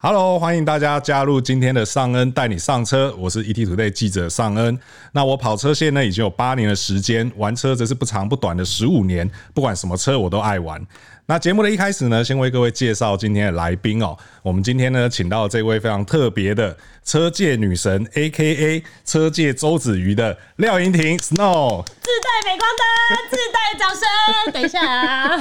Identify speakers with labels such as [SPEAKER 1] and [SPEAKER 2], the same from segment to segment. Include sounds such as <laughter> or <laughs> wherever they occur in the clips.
[SPEAKER 1] Hello，欢迎大家加入今天的尚恩带你上车，我是 ETtoday 记者尚恩。那我跑车线呢已经有八年的时间，玩车则是不长不短的十五年，不管什么车我都爱玩。那节目的一开始呢，先为各位介绍今天的来宾哦。我们今天呢，请到这位非常特别的车界女神，A K A 车界周子瑜的廖莹婷 Snow。
[SPEAKER 2] 自带镁光灯，自带掌声。等一下
[SPEAKER 1] <laughs>
[SPEAKER 2] 啊，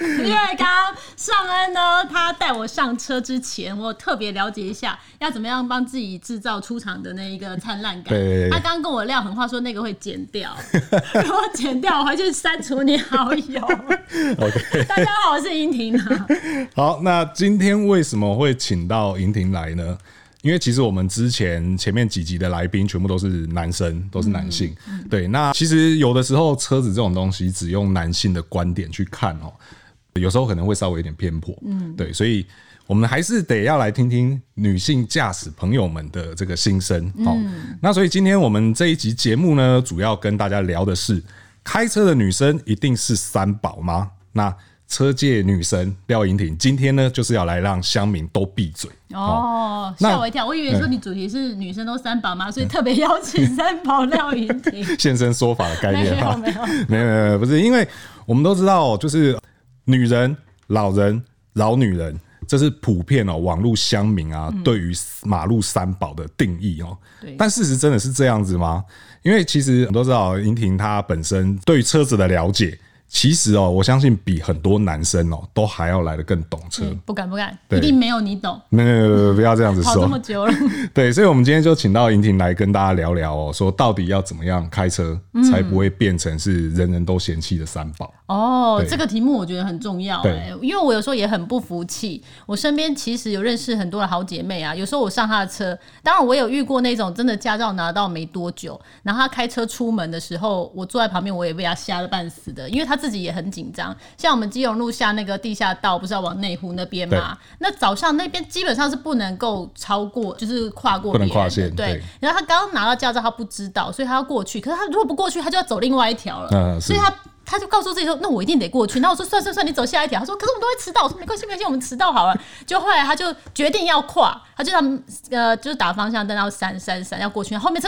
[SPEAKER 2] 因为刚刚尚恩呢，他带我上车之前，我有特别了解一下要怎么样帮自己制造出场的那一个灿烂感。
[SPEAKER 1] 对对对
[SPEAKER 2] 他刚刚跟我撂狠话说那个会剪掉，如果剪掉，我回去删除你
[SPEAKER 1] <laughs>
[SPEAKER 2] 好友。
[SPEAKER 1] OK，
[SPEAKER 2] 大家好，我是英婷啊。
[SPEAKER 1] <laughs> 好，那今天为什么会请到莹婷来呢？因为其实我们之前前面几集的来宾全部都是男生，都是男性。对，那其实有的时候车子这种东西，只用男性的观点去看哦，有时候可能会稍微有点偏颇。嗯，对，所以我们还是得要来听听女性驾驶朋友们的这个心声。哦，那所以今天我们这一集节目呢，主要跟大家聊的是，开车的女生一定是三宝吗？那车界女神廖莹婷今天呢，就是要来让乡民都闭嘴。
[SPEAKER 2] 哦，
[SPEAKER 1] 那
[SPEAKER 2] 吓我一跳，我以为说你主题是女生都三宝嘛，所以特别邀请三宝廖云婷。
[SPEAKER 1] <laughs> 现身说法的概 <laughs> 念哈，
[SPEAKER 2] 没有没
[SPEAKER 1] 没有没有没有不是，因为我们都知道，就是女人、老人、老女人，这是普遍哦，网络乡民啊、对于马路三宝的定义哦
[SPEAKER 2] 嗯对。
[SPEAKER 1] 但事实真的是这样子吗？因为其实我们都知道，莹婷她本身对于车子的了解，其实哦，我相信比很多男生哦都还要来得更懂车。
[SPEAKER 2] 嗯不敢不敢，
[SPEAKER 1] 对
[SPEAKER 2] 一定没有你懂。
[SPEAKER 1] 没有没有没有不要这样子
[SPEAKER 2] 跑这
[SPEAKER 1] 说
[SPEAKER 2] 么。久了， <laughs>
[SPEAKER 1] 对，所以，我们今天就请到莹婷来跟大家聊聊哦，说到底要怎么样开车，才不会变成是人人都嫌弃的三宝。
[SPEAKER 2] 嗯哦
[SPEAKER 1] 对，
[SPEAKER 2] 这个题目我觉得很重要、
[SPEAKER 1] 对
[SPEAKER 2] 哎，因为我有时候也很不服气。我身边其实有认识很多的好姐妹啊，有时候我上她的车，当然我有遇过那种真的驾照拿到没多久，然后她开车出门的时候，我坐在旁边，我也被她吓得半死的，因为她自己也很紧张。像我们基隆路下那个地下道，不是要往内湖那边嘛？那早上那边基本上是不能够超过，就是跨过
[SPEAKER 1] 不能
[SPEAKER 2] 别人
[SPEAKER 1] 跨
[SPEAKER 2] 的
[SPEAKER 1] 线
[SPEAKER 2] 对
[SPEAKER 1] 对，
[SPEAKER 2] 然后他刚拿到驾照，他不知道，所以他要过去。可是他如果不过去，他就要走另外一条了。
[SPEAKER 1] 嗯是
[SPEAKER 2] 所以他他就告诉自己说：“那我一定得过去。”那我说：“算
[SPEAKER 1] <laughs>
[SPEAKER 2] 算算，你走下一条。”他说：“可是我们都会迟到。”我说：“没关系，没关系，我们迟到好了。” <laughs> 就后来他就决定要跨，他就让呃就是打方向灯，然后闪闪闪要过去，然后后面车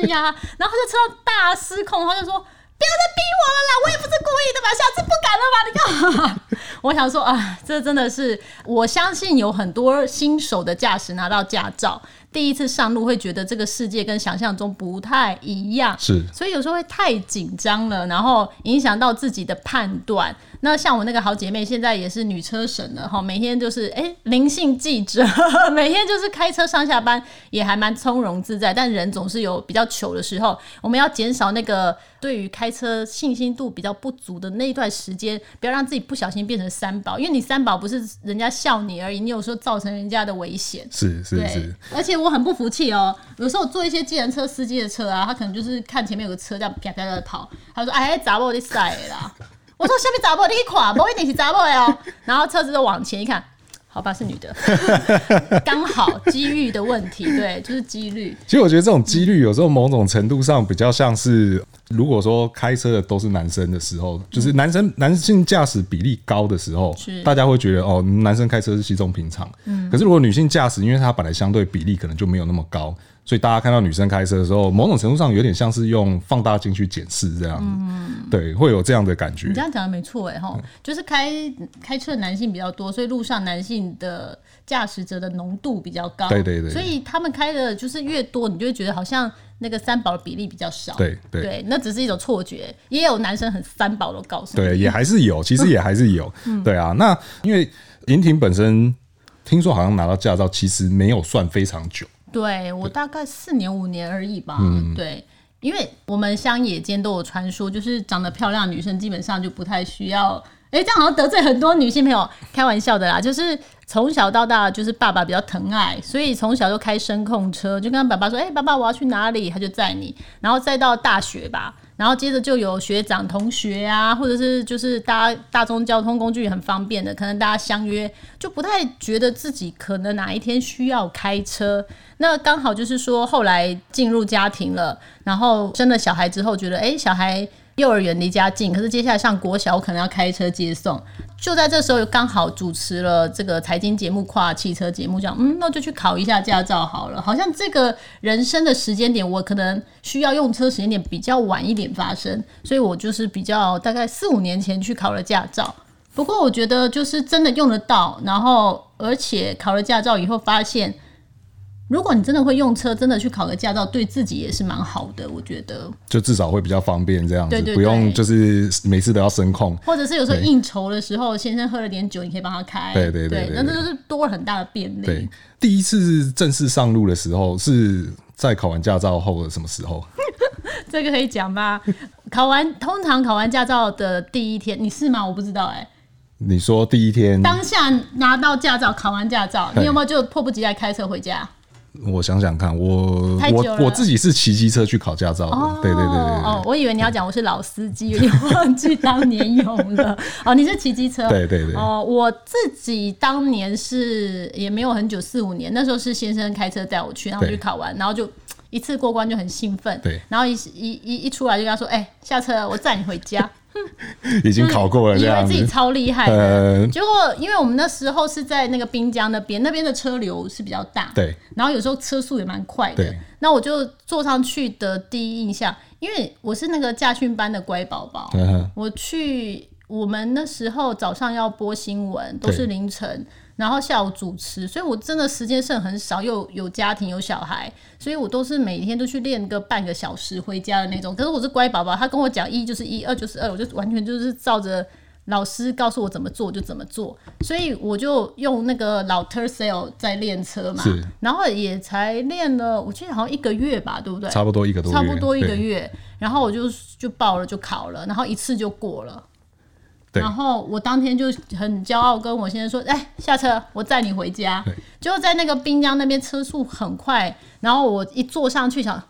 [SPEAKER 2] 哔呀，然后他就车道大失控，他就说。不要再逼我了啦！我也不是故意的吧，下次不敢了吧？你干嘛？ <laughs> 我想说啊，这真的是，我相信有很多新手的驾驶拿到驾照，第一次上路会觉得这个世界跟想象中不太一样，
[SPEAKER 1] 是
[SPEAKER 2] 所以有时候会太紧张了，然后影响到自己的判断。那像我那个好姐妹，现在也是女车神了哈，每天就是哎灵性记者， <laughs> 每天就是开车上下班，也还蛮从容自在。但人总是有比较糗的时候，我们要减少那个对于开车信心度比较不足的那一段时间，不要让自己不小心变成三宝，因为你三宝不是人家笑你而已，你有时候造成人家的危险。
[SPEAKER 1] 是是
[SPEAKER 2] 对
[SPEAKER 1] 是，，
[SPEAKER 2] 而且我很不服气哦。有时候坐一些计程车司机的车啊，他可能就是看前面有个车这样啪啪的跑，他说：“哎，砸我的塞
[SPEAKER 1] <laughs>
[SPEAKER 2] 啦！”我说：“下面砸我，你去垮，不一定是砸我哦。” <laughs> 然后车子就往前一看，好吧，是女
[SPEAKER 1] <laughs>
[SPEAKER 2] 的，刚好机遇的问题，对，就是几率。
[SPEAKER 1] 其实我觉得这种几率有时候某种程度上比较像是，如果说开车的都是男生的时候，就是男生男性驾驶比例高的时候
[SPEAKER 2] 是，
[SPEAKER 1] 大家会觉得哦，男生开车是稀松平常。可是如果女性驾驶，因为她本来相对比例可能就没有那么高，所以大家看到女生开车的时候，某种程度上有点像是用放大镜去检视这样子，对，会有这样的感觉
[SPEAKER 2] 你这。样讲的没错哎
[SPEAKER 1] 嗯
[SPEAKER 2] 哈，就是开开车的男性比较多，所以路上男性的驾驶者的浓度比较高。
[SPEAKER 1] 对对对
[SPEAKER 2] 所以他们开的就是越多，你就会觉得好像那个三宝的比例比较少。
[SPEAKER 1] 对对
[SPEAKER 2] 那只是一种错觉，也有男生很三宝的告诉你。
[SPEAKER 1] 对，也还是有，其实也还是有，对啊。那因为银婷本身听说好像拿到驾照，其实没有算非常久，
[SPEAKER 2] 对我大概四年五年而已吧。对，因为我们乡野间都有传说，就是长得漂亮的女生基本上就不太需要。哎、这样好像得罪很多女性朋友，开玩笑的啦。就是从小到大，就是爸爸比较疼爱，所以从小就开声控车，就跟爸爸说：“哎、爸爸，我要去哪里？”他就载你。然后再到大学吧，然后接着就有学长、同学啊，或者是就是大家大众交通工具很方便的，可能大家相约就不太觉得自己可能哪一天需要开车。那刚好就是说后来进入家庭了，然后生了小孩之后，觉得哎、诶小孩。幼儿园离家近，可是接下来上国小，我可能要开车接送。就在这时候，刚好主持了这个财经节目跨汽车节目，讲嗯，那就去考一下驾照好了。好像这个人生的时间点，我可能需要用车时间点比较晚一点发生，所以我就是比较大概四五年前去考了驾照。不过我觉得就是真的用得到，然后而且考了驾照以后发现，如果你真的会用车，真的去考个驾照，对自己也是蛮好的。我觉得，
[SPEAKER 1] 就至少会比较方便这样子，
[SPEAKER 2] 对对
[SPEAKER 1] 不用
[SPEAKER 2] 对
[SPEAKER 1] 就是每次都要声控。
[SPEAKER 2] 或者是有时候
[SPEAKER 1] 对
[SPEAKER 2] 应酬的时候，先生喝了点酒，你可以帮他开，
[SPEAKER 1] 对对对对
[SPEAKER 2] 那这就是多了很大的便利。
[SPEAKER 1] 对，第一次正式上路的时候是在考完驾照后的什么时候？
[SPEAKER 2] <laughs> 这个可以讲吧？考完通常考完驾照的第一天，你是吗？我不知道哎、
[SPEAKER 1] 你说第一天，
[SPEAKER 2] 当下拿到驾照，考完驾照，
[SPEAKER 1] 对
[SPEAKER 2] 你有没有就迫不及待开车回家？
[SPEAKER 1] 我想想看，我
[SPEAKER 2] 太久
[SPEAKER 1] 我
[SPEAKER 2] 了
[SPEAKER 1] 我自己是骑机车去考驾照的，对对对对对
[SPEAKER 2] 哦，我以为你要讲我是老司机，有点忘记当年用
[SPEAKER 1] <laughs>
[SPEAKER 2] 了。哦，你是骑机车？
[SPEAKER 1] 对对对
[SPEAKER 2] 哦，我自己当年是也没有很久，四五年，那时候是先生开车带我去，然后我
[SPEAKER 1] 对
[SPEAKER 2] 去考完，然后就。嘖一次过关就很兴奋，
[SPEAKER 1] 对
[SPEAKER 2] 然后一一一一出来就跟他说：“哎、下车了，我载你回家。”
[SPEAKER 1] <laughs>
[SPEAKER 2] 嗯
[SPEAKER 1] 已经考过了
[SPEAKER 2] 以
[SPEAKER 1] 这
[SPEAKER 2] 为
[SPEAKER 1] 样
[SPEAKER 2] 自己
[SPEAKER 1] 子。
[SPEAKER 2] 超厉害
[SPEAKER 1] 呃
[SPEAKER 2] 的。结果因为我们那时候是在那个滨江那边，那边的车流是比较大，
[SPEAKER 1] 对，
[SPEAKER 2] 然后有时候车速也蛮快的
[SPEAKER 1] 对。
[SPEAKER 2] 那我就坐上去的第一印象，因为我是那个驾训班的乖宝宝，
[SPEAKER 1] 嗯哼，
[SPEAKER 2] 我去我们那时候早上要播新闻，都是凌晨。然后下午主持，所以我真的时间剩很少，又有家庭有小孩，所以我都是每天都去练个半个小时回家的那种。可是我是乖宝宝，他跟我讲一就是一，二就是二，我就完全就是照着老师告诉我怎么做我就怎么做，所以我就用那个老 t e r c e l 在练车嘛
[SPEAKER 1] 是，
[SPEAKER 2] 然后也才练了，我记得好像一个月吧，对不对？
[SPEAKER 1] 差不多一个多月，
[SPEAKER 2] 差不多一个
[SPEAKER 1] 对。
[SPEAKER 2] 月，然后我就就报了，就考了，然后一次就过了。
[SPEAKER 1] 对
[SPEAKER 2] 然后我当天就很骄傲，跟我先生说：“哎，下车，我载你回家。”结果在那个滨江那边车速很快，然后我一坐上去想。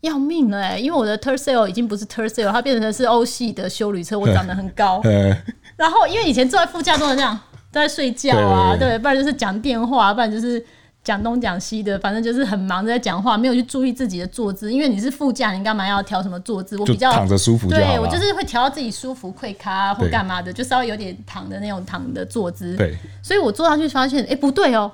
[SPEAKER 2] 要命了哎、因为我的 t e r c e l 已经不是 t e r c e l 它变成是欧系的修旅车，我长得很高，
[SPEAKER 1] 呃，
[SPEAKER 2] 然后因为以前坐在副驾都是这样，都在睡觉啊，
[SPEAKER 1] 对对
[SPEAKER 2] 对，不然就是讲电话，不然就是讲东讲西的，反正就是很忙着在讲话，没有去注意自己的坐姿。因为你是副驾，你干嘛要调什么坐姿？我
[SPEAKER 1] 就
[SPEAKER 2] 比较
[SPEAKER 1] 躺着舒服就好
[SPEAKER 2] 对
[SPEAKER 1] 了。
[SPEAKER 2] 我就是会调到自己舒服、跪咖或
[SPEAKER 1] 对
[SPEAKER 2] 干嘛的，就稍微有点躺的那种躺的坐姿。
[SPEAKER 1] 对
[SPEAKER 2] 所以我坐上去发现，哎、不对哦。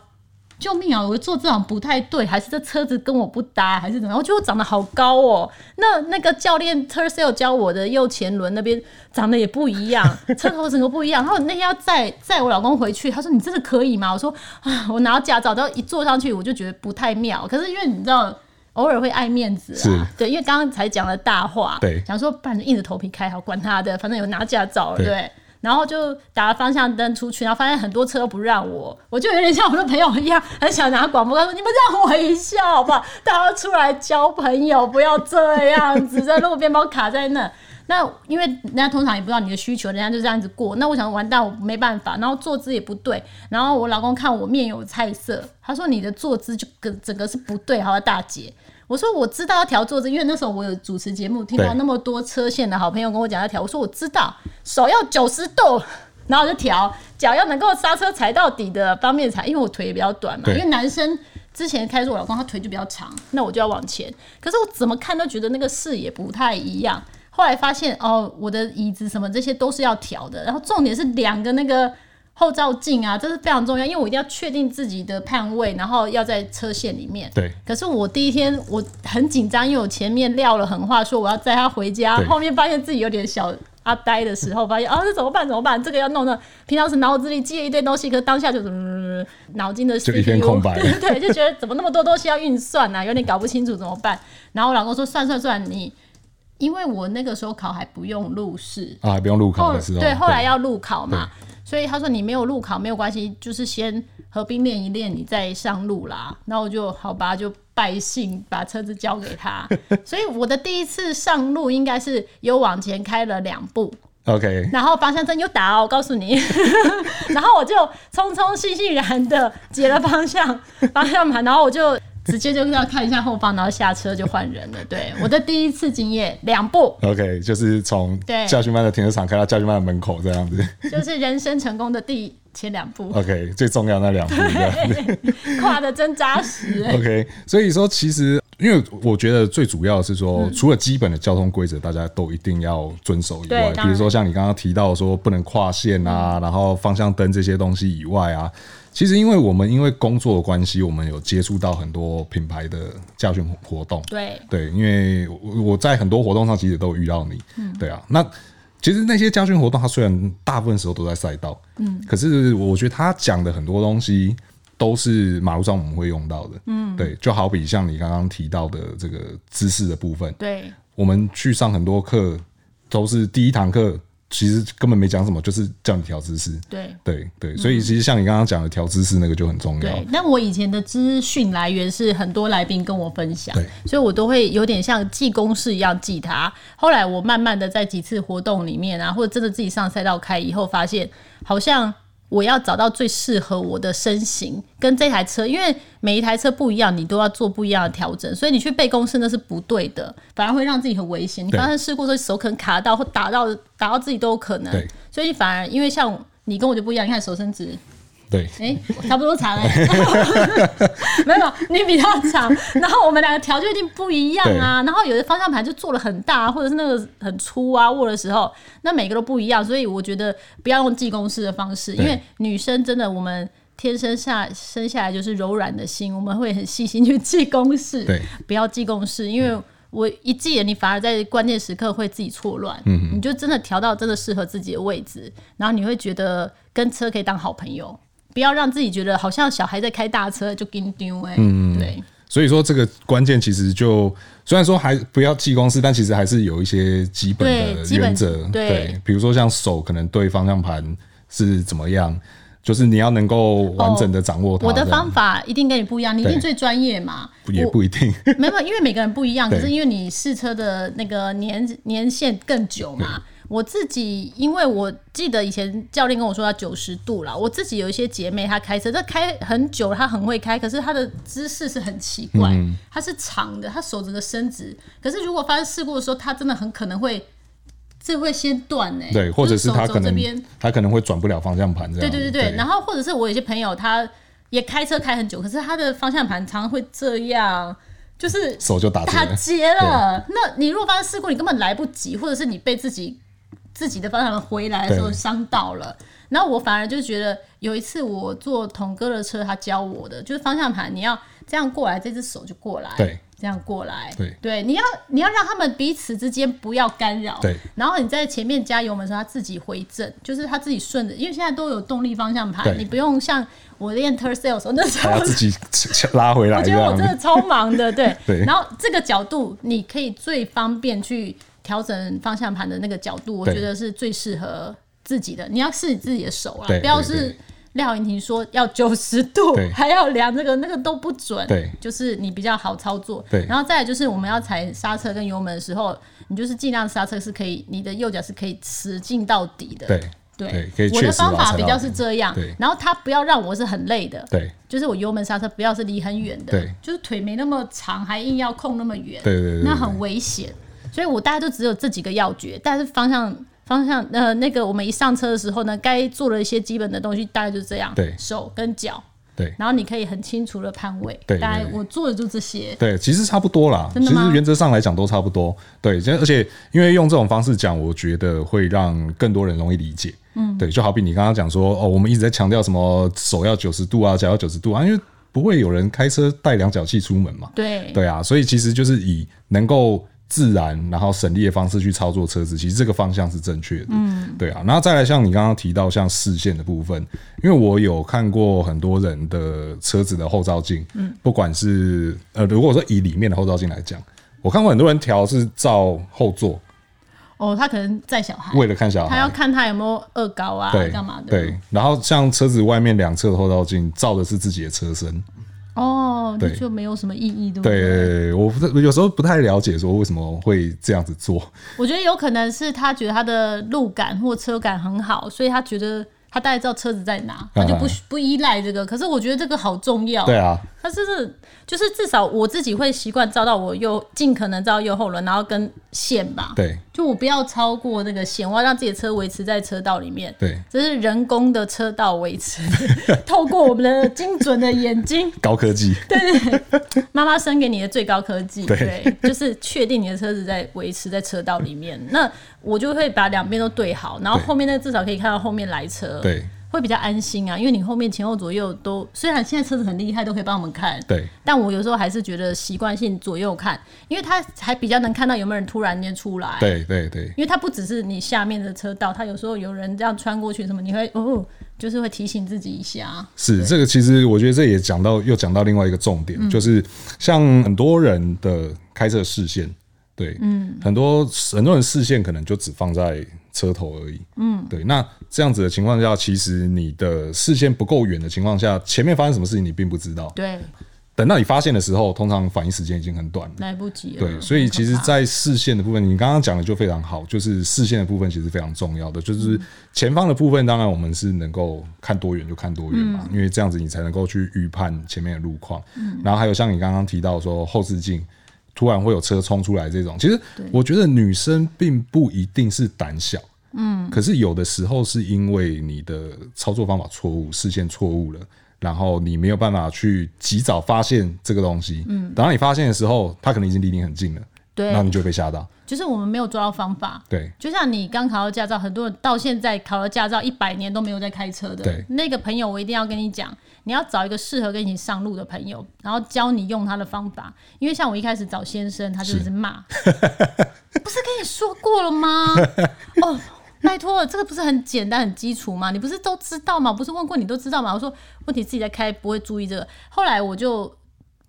[SPEAKER 2] 救命啊！我的坐姿好像不太对，还是这车子跟我不搭，还是怎么样？我觉得我长得好高哦。那那个教练 t e r c e l 教我的右前轮那边长得也不一
[SPEAKER 1] <laughs>
[SPEAKER 2] 样，车头整个不一样。然后那天要载载我老公回去，他说：“你真的可以吗？”我说：“啊，我拿到驾照，然后一坐上去我就觉得不太妙。可是因为你知道，偶尔会爱面子
[SPEAKER 1] 是
[SPEAKER 2] 啊，对，因为刚刚才讲了大话，
[SPEAKER 1] 对
[SPEAKER 2] 想说不然就硬着头皮开好，管他的，反正有拿驾照了，
[SPEAKER 1] 对
[SPEAKER 2] 对。然后就打了方向灯出去，然后发现很多车
[SPEAKER 1] <laughs>
[SPEAKER 2] 都不让我，我就有点像我的朋友一样，很想拿广播他说：“你们让我一下好不好？大家出来交朋友，不要这样子在路边把我卡在那。”那因为人家通常也不知道你的需求，人家就这样子过。那我想完蛋，我没办法，然后坐姿也不对，然后我老公看我面有菜色，他说你的坐姿就跟整个是不对，好吧，大姐。我说我知道要调坐姿，因为那时候我有主持节目，听到
[SPEAKER 1] 对
[SPEAKER 2] 那么多车线的好朋友跟我讲要调，我说我知道，手要九十度，然后我就调，脚要能够刹车踩到底的方面踩，因为我腿也比较短嘛，
[SPEAKER 1] 对
[SPEAKER 2] 因为男生。之前开始我老公他腿就比较长，那我就要往前。可是我怎么看都觉得那个视野不太一样。后来发现哦，我的椅子什么这些都是要调的，然后重点是两个那个后照镜啊，这是非常重要，因为我一定要确定自己的判位，然后要在车线里面。
[SPEAKER 1] 对
[SPEAKER 2] 可是我第一天我很紧张，因为我前面撂了狠话说我要载他回家
[SPEAKER 1] 对，
[SPEAKER 2] 后面发现自己有点小阿呆的时候，发现啊这怎么办怎么办？这个要弄的，平常是脑子里记了一堆东西，可是当下就怎么怎么怎么脑筋的 CPU
[SPEAKER 1] 就一片空白
[SPEAKER 2] <laughs> 对，就觉得怎么那么多东西要运算啊，有点搞不清楚怎么办。然后我老公说算算算，你因为我那个时候考还不用路试，
[SPEAKER 1] 啊，不用路考
[SPEAKER 2] 后
[SPEAKER 1] 的时候，
[SPEAKER 2] 哦对，后来要路考嘛，所以他说你没有路考没有关系，就是先合并练一练，你再上路啦。那我就好吧，就拜信把车子交给他。 <laughs> 所以我的第一次上路应该是有往前开了两步，
[SPEAKER 1] OK，
[SPEAKER 2] 然后方向灯又打哦，我告诉你， <laughs> 然后我就匆匆悻悻然的解了方向方向盘，然后我就直接就要看一下后方，然后下车就换人了。对，我的第一次经验两步。
[SPEAKER 1] OK，就是从
[SPEAKER 2] 对
[SPEAKER 1] 教训班的停车场开到教训班的门口这样子。 <laughs>
[SPEAKER 2] 就是人生成功的第前两步
[SPEAKER 1] OK，最重要那两步这样。
[SPEAKER 2] <laughs> 跨的真扎实、 <laughs> 欸。
[SPEAKER 1] OK，所以说其实，因为我觉得最主要的是说，
[SPEAKER 2] 嗯
[SPEAKER 1] 除了基本的交通规则大家都一定要遵守以
[SPEAKER 2] 对
[SPEAKER 1] 外，
[SPEAKER 2] 当然嗯
[SPEAKER 1] 比如说像你刚刚提到说不能跨线啊，然后方向灯这些东西以外啊，其实因为我们因为工作的关系，我们有接触到很多品牌的驾训活动，
[SPEAKER 2] 对，
[SPEAKER 1] 对，因为我我在很多活动上其实都有遇到你，对啊，那。其实那些家训活动，它虽然大部分时候都在赛道，嗯，可是我觉得他讲的很多东西都是马路上我们会用到的，嗯，对，就好比像你刚刚提到的这个知识的部分，
[SPEAKER 2] 对，
[SPEAKER 1] 我们去上很多课都是第一堂课，其实根本没讲什么，就是叫你调姿势，
[SPEAKER 2] 对。
[SPEAKER 1] 对对，所以其实像你刚刚讲的调姿势那个就很重要
[SPEAKER 2] 对，，那我以前的资讯来源是很多来宾跟我分享
[SPEAKER 1] 对，
[SPEAKER 2] 所以我都会有点像记公式一样记它。后来我慢慢的在几次活动里面啊，或者真的自己上赛道开以后，发现好像我要找到最适合我的身形跟这台车，因为每一台车不一样，你都要做不一样的调整，所以你去背公式那是不对的，反而会让自己很危险。你
[SPEAKER 1] 对
[SPEAKER 2] 发生事故的时候，手可能卡到或打到打到自己都有可能
[SPEAKER 1] 对，
[SPEAKER 2] 所以反而因为像你跟我就不一样，你看手伸直。
[SPEAKER 1] 对
[SPEAKER 2] 哎、差不多长哎、 <laughs> 没有，你比较长，然后我们两个调就一定不一样啊。然后有的方向盘就做的很大，或者是那个很粗啊握的时候，那每个都不一样，所以我觉得不要用记公式的方式，因
[SPEAKER 1] 对
[SPEAKER 2] 为女生真的我们。天生下生下来就是柔软的心，我们会很细心去记公式，
[SPEAKER 1] 对，
[SPEAKER 2] 不要记公式，因为我一记了，你反而在关键时刻会自己错乱，嗯，你就真的调到真的适合自己的位置，然后你会觉得跟车可以当好朋友，不要让自己觉得好像小孩在开大车就给你丢哎，对
[SPEAKER 1] 所以说这个关键其实就虽然说还不要记公式，但其实还是有一些基本
[SPEAKER 2] 对
[SPEAKER 1] 的
[SPEAKER 2] 基本
[SPEAKER 1] 原则。
[SPEAKER 2] 对
[SPEAKER 1] 比如说像手可能对方向盘是怎么样，就是你要能够完整的掌握它。
[SPEAKER 2] 哦我的
[SPEAKER 1] 这样
[SPEAKER 2] 方法一定跟你不一样，你一定
[SPEAKER 1] 对
[SPEAKER 2] 最专业嘛，
[SPEAKER 1] 也
[SPEAKER 2] 我
[SPEAKER 1] 不一定。
[SPEAKER 2] 没有，因为每个人不一样，
[SPEAKER 1] 对
[SPEAKER 2] 可是因为你试车的那个年年限更久嘛。我自己，因为我记得以前教练跟我说要九十度啦，我自己有一些姐妹她开车，她开很久，她很会开，可是她的姿势是很奇怪，
[SPEAKER 1] 嗯
[SPEAKER 2] 她是长的，她手整个伸直，可是如果发生事故的时候，她真的很可能会，这会先断呢、
[SPEAKER 1] <laughs> 对，或者
[SPEAKER 2] 就是是
[SPEAKER 1] 他
[SPEAKER 2] 手
[SPEAKER 1] 可
[SPEAKER 2] 肘这
[SPEAKER 1] 能
[SPEAKER 2] 边
[SPEAKER 1] 他可能会转不了方向盘这样。
[SPEAKER 2] 对对对对，然后或者是我有一些朋友，他也开车开很久，可是他的方向盘常常会这样，就是
[SPEAKER 1] 手就打结
[SPEAKER 2] 打
[SPEAKER 1] 了
[SPEAKER 2] 结了。那你如果发生事故，你根本来不及，或者是你被自己自己的方向盘回来的时候
[SPEAKER 1] 对
[SPEAKER 2] 伤到了。然后我反而就觉得，有一次我坐童哥的车，他教我的就是方向盘，你要这样过来，这只手就过来，
[SPEAKER 1] 对，
[SPEAKER 2] 这样过来，
[SPEAKER 1] 对
[SPEAKER 2] 你要你要让他们彼此之间不要干扰，
[SPEAKER 1] 对，
[SPEAKER 2] 然后你在前面加油门的时候，他自己回正，就是他自己顺着，因为现在都有动力方向
[SPEAKER 1] 对
[SPEAKER 2] 盘，你不用像我练 t e r s a l 的时候那时
[SPEAKER 1] 还
[SPEAKER 2] 候
[SPEAKER 1] 要自己拉回来
[SPEAKER 2] <laughs> 我
[SPEAKER 1] 这
[SPEAKER 2] 觉得我
[SPEAKER 1] 样
[SPEAKER 2] 真。的超忙的，对。
[SPEAKER 1] 啊 <laughs> 对
[SPEAKER 2] 然后这个角度，你可以最方便去调整方向盘的那个角度，我
[SPEAKER 1] 对
[SPEAKER 2] 觉得是最适合自己的。你要试你自己的手啦
[SPEAKER 1] 对，
[SPEAKER 2] 不要
[SPEAKER 1] 对
[SPEAKER 2] 是
[SPEAKER 1] 对
[SPEAKER 2] 廖莹婷说要九十度
[SPEAKER 1] 对，
[SPEAKER 2] <laughs> 还要量这个那个都不准。
[SPEAKER 1] 对
[SPEAKER 2] 就是你比较好操作。
[SPEAKER 1] 对
[SPEAKER 2] 然后再来就是我们要踩刹车跟油门的时候，你就是尽量刹车是可以，你的右脚是可以使劲到底的。
[SPEAKER 1] 对
[SPEAKER 2] 对
[SPEAKER 1] 可以
[SPEAKER 2] 我
[SPEAKER 1] 确
[SPEAKER 2] 的
[SPEAKER 1] 实把
[SPEAKER 2] 方
[SPEAKER 1] 它
[SPEAKER 2] 法
[SPEAKER 1] 踩
[SPEAKER 2] 比
[SPEAKER 1] 到
[SPEAKER 2] 较是这样
[SPEAKER 1] 对，
[SPEAKER 2] 然后它不要让我是很累的，
[SPEAKER 1] 对
[SPEAKER 2] 就是我油门刹车不要是离很远的，
[SPEAKER 1] 对
[SPEAKER 2] 就是腿没那么长，还硬要控那么远，
[SPEAKER 1] 对对对对
[SPEAKER 2] 那很危险。所以我大概就只有这几个要诀，但是方向方向呃那个我们一上车的时候呢，该做的一些基本的东西大概就这样，
[SPEAKER 1] 对
[SPEAKER 2] 手跟脚，
[SPEAKER 1] 对
[SPEAKER 2] 然后你可以很清楚的判位，
[SPEAKER 1] 对对
[SPEAKER 2] 大概
[SPEAKER 1] 对
[SPEAKER 2] 我做的就这些，
[SPEAKER 1] 对，其实差不多啦。
[SPEAKER 2] 真的
[SPEAKER 1] 其
[SPEAKER 2] 吗
[SPEAKER 1] 实原则上来讲都差不多。对，而且因为用这种方式讲，我觉得会让更多人容易理解。嗯，对，就好比你刚刚讲说，哦，我们一直在强调什么手要九十度啊，脚要九十度啊，因为不会有人开车带量角器出门嘛。
[SPEAKER 2] 对
[SPEAKER 1] 对啊，所以其实就是以能够自然然后省力的方式去操作车子，其实这个方向是正确的。嗯，对啊。然后再来像你刚刚提到像视线的部分，因为我有看过很多人的车子的后照镜，嗯，不管是呃，如果说以里面的后照镜来讲，我看过很多人调是照后座，
[SPEAKER 2] 哦，他可能载小孩，
[SPEAKER 1] 为了看小
[SPEAKER 2] 他要
[SPEAKER 1] 孩。
[SPEAKER 2] 看他有没有恶搞啊，
[SPEAKER 1] 对，
[SPEAKER 2] 干嘛的，
[SPEAKER 1] 对，然后像车子外面两侧的后照镜照的是自己的车
[SPEAKER 2] 嗯
[SPEAKER 1] 身，
[SPEAKER 2] 哦，那
[SPEAKER 1] 对
[SPEAKER 2] 就没有什么意义，对不对？
[SPEAKER 1] 对，我不太有时候不太了解说为什么会这样子做，
[SPEAKER 2] 哦我觉得有可能是他觉得他的路感或车感很好，所以他觉得他大概知道车子在哪，他就不
[SPEAKER 1] 嗯
[SPEAKER 2] 不依赖这个。可是我觉得这个好重要，
[SPEAKER 1] 对啊，
[SPEAKER 2] 他真是就是至少我自己会习惯照到我右，尽可能照到右后轮，然后跟线吧。
[SPEAKER 1] 对
[SPEAKER 2] 就我不要超过那个线，我要让自己的车维持在车道里面。
[SPEAKER 1] 对，
[SPEAKER 2] 这是人工的车道维持， <laughs> 透过我们的精准的眼睛，
[SPEAKER 1] 高科技，
[SPEAKER 2] 妈妈生给你的最高科技，
[SPEAKER 1] 对
[SPEAKER 2] 对，就是确定你的车子在维持在车道
[SPEAKER 1] <laughs>
[SPEAKER 2] 里面。那我就会把两边都对好，然后
[SPEAKER 1] 对
[SPEAKER 2] 后面那个至少可以看到后面来车，
[SPEAKER 1] 对
[SPEAKER 2] 会比较安心啊。因为你后面前后左右都，虽然现在车子很厉害，都可以帮我们看，
[SPEAKER 1] 对
[SPEAKER 2] 但我有时候还是觉得习惯性左右看，因为它还比较能看到有没有人突然间出来。
[SPEAKER 1] 对对对
[SPEAKER 2] 因为它不只是你下面的车道，它有时候有人这样穿过去什么，你会哦，就是会提醒自己一下。
[SPEAKER 1] 是这个，其实我觉得这也讲到，又讲到另外一个重点，就是像很多人的开车视线，对，嗯，很多很多人视线可能就只放在车头而已，嗯，对。那这样子的情况下，其实你的视线不够远的情况下，前面发生什么事情你并不知道，
[SPEAKER 2] 对，
[SPEAKER 1] 等到你发现的时候，通常反应时间已经很短了。
[SPEAKER 2] 来不及了。
[SPEAKER 1] 对，所以其实，在视线的部分，你刚刚讲的就非常好，就是视线的部分其实非常重要的，就是前方的部分，当然我们是能够看多远就看多远嘛，因为这样子你才能够去预判前面的路况。然后还有像你刚刚提到说后视镜。突然会有车冲出来这种，其实我觉得女生并不一定是胆小，嗯，可是有的时候是因为你的操作方法错误，视线错误了。然后你没有办法去及早发现这个东西，嗯，等到你发现的时候，它可能已经离你很近了，
[SPEAKER 2] 对
[SPEAKER 1] 然后你就被吓到，
[SPEAKER 2] 就是我们没有抓到方法。
[SPEAKER 1] 对
[SPEAKER 2] 就像你刚考到驾照，很多人到现在考了驾照一百年都没有在开车的
[SPEAKER 1] 对。
[SPEAKER 2] 那个朋友，我一定要跟你讲，你要找一个适合跟你上路的朋友，然后教你用他的方法。因为像我一开始找先生，他就一直骂， <laughs> 不是跟你说过
[SPEAKER 1] <laughs>
[SPEAKER 2] 了吗？哦。拜托，这个不是很简单、很基础吗？你不是都知道吗？不是问过你都知道吗？我说问题自己在开，不会注意这个。后来我就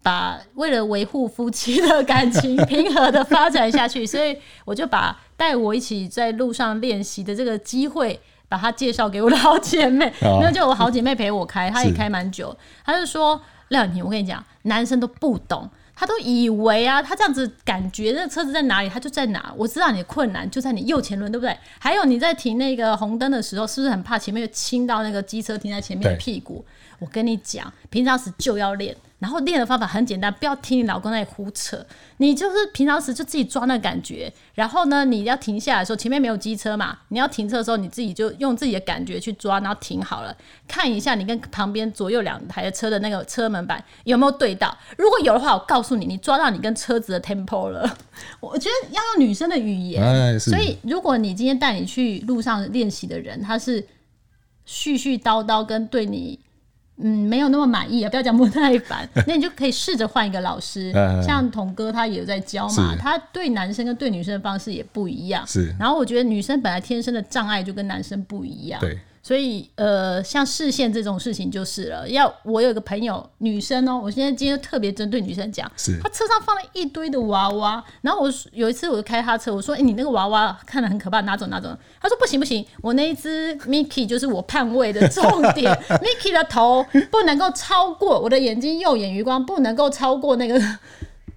[SPEAKER 2] 把为了维护夫妻的
[SPEAKER 1] <laughs>
[SPEAKER 2] 感情平和的发展下去，所以我就把带我一起在路上练习的这个机会，把她介绍给我的好姐妹。
[SPEAKER 1] 哦
[SPEAKER 2] 那就我好姐妹陪我开，她也
[SPEAKER 1] 是
[SPEAKER 2] 开蛮久。她就说：“廖永婷，我跟你讲，男生都不懂。”他都以为啊，他这样子感觉那车子在哪里，他就在哪。我知道你的困难就在你右前轮，对不对？还有你在停那个红灯的时候，是不是很怕前面又亲到那个机车停在前面的
[SPEAKER 1] 对
[SPEAKER 2] 屁股？我跟你讲，平常时就要练，然后练的方法很简单，不要听你老公在那里胡扯。你就是平常时就自己抓那感觉，然后呢，你要停下来的时候，前面没有机车嘛，你要停车的时候，你自己就用自己的感觉去抓，然后停好了，看一下你跟旁边左右两台的车的那个车门板有没有对到。如果有的话，我告诉你，你抓到你跟车子的 tempo 了。 <laughs> 我觉得要用女生的语言，
[SPEAKER 1] 哎是
[SPEAKER 2] 所以如果你今天带你去路上练习的人，他是絮絮叨叨跟对你。嗯，没有那么满意啊，不要讲不耐
[SPEAKER 1] <laughs>
[SPEAKER 2] 烦，那你就可以试着换一个老师
[SPEAKER 1] 嗯，
[SPEAKER 2] 像童哥他也有在教嘛，
[SPEAKER 1] 是
[SPEAKER 2] 他对男生跟对女生的方式也不一样。
[SPEAKER 1] 是
[SPEAKER 2] 然后我觉得女生本来天生的障碍就跟男生不一样，
[SPEAKER 1] 对，
[SPEAKER 2] 所以呃，像视线这种事情就是了。要我有一个朋友，女生哦、我现在今天特别针对女生讲，
[SPEAKER 1] 是
[SPEAKER 2] 她车上放了一堆的娃娃。然后我有一次我就开她车，我说：“哎、你那个娃娃看着很可怕，拿走拿走。”她说：“不行不行，我那一只 Mickey 就是我判
[SPEAKER 1] <laughs>
[SPEAKER 2] 位的重点，Mickey 的头不能够超过我的眼睛右眼余光不能够超过那个。”